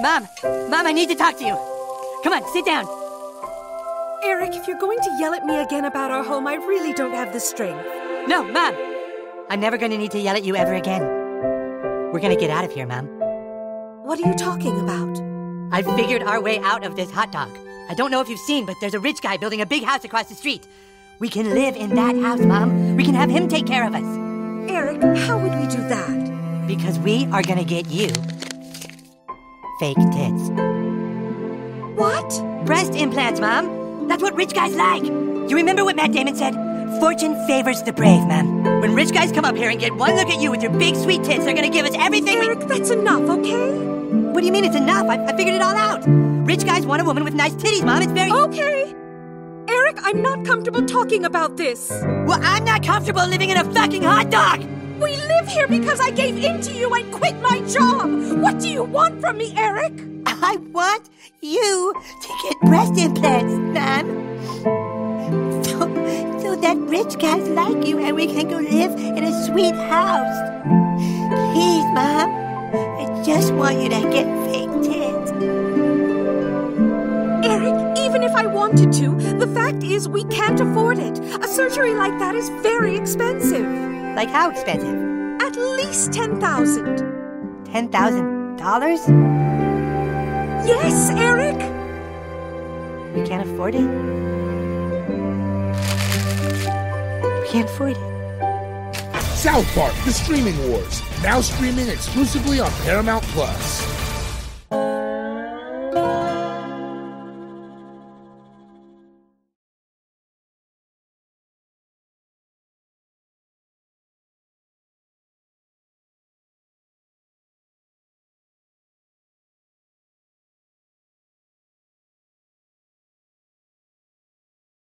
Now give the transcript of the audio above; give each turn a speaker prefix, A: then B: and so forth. A: Mom, Mom, I need to talk to you. Come on, sit down.
B: Eric, if you're going to yell at me again about our home, I really don't have the strength.
A: No, Mom. I'm never going to need to yell at you ever again. We're going to get out of here, Mom.
B: What are you talking about?
A: I've figured our way out of this hot dog. I don't know if you've seen, but there's a rich guy building a big house across the street. We can live in that house, Mom. We can have him take care of us.
B: Eric, how would we do that?
A: Because we are going to get you fake tits.
B: What?
A: Breast implants, Mom. That's what rich guys like. You remember what Matt Damon said? Fortune favors the brave, Ma'am. When rich guys come up here and get one look at you with your big sweet tits, they're gonna give us everything we.
B: Eric, that's enough, okay?
A: What do you mean it's enough? I, I figured it all out. Rich guys want a woman with nice titties, Mom. It's very.
B: Okay. Eric, I'm not comfortable talking about this.
A: Well, I'm not comfortable living in a fucking hot dog!
B: We live here because I gave in to you and quit my job. What do you want from me, Eric?
A: I want you to get breast implants, Mom. So, so that rich guys like you and we can go live in a sweet house. Please, Mom. I just want you to get fake tits.
B: Eric, even if I wanted to, the fact is we can't afford it. A surgery like that is very expensive.
A: Like how expensive?
B: At least 10,000.
A: $10,000?
B: Yes, Eric?
A: We can't afford it. We can't afford it.
C: South Park: The Streaming Wars now streaming exclusively on Paramount Plus.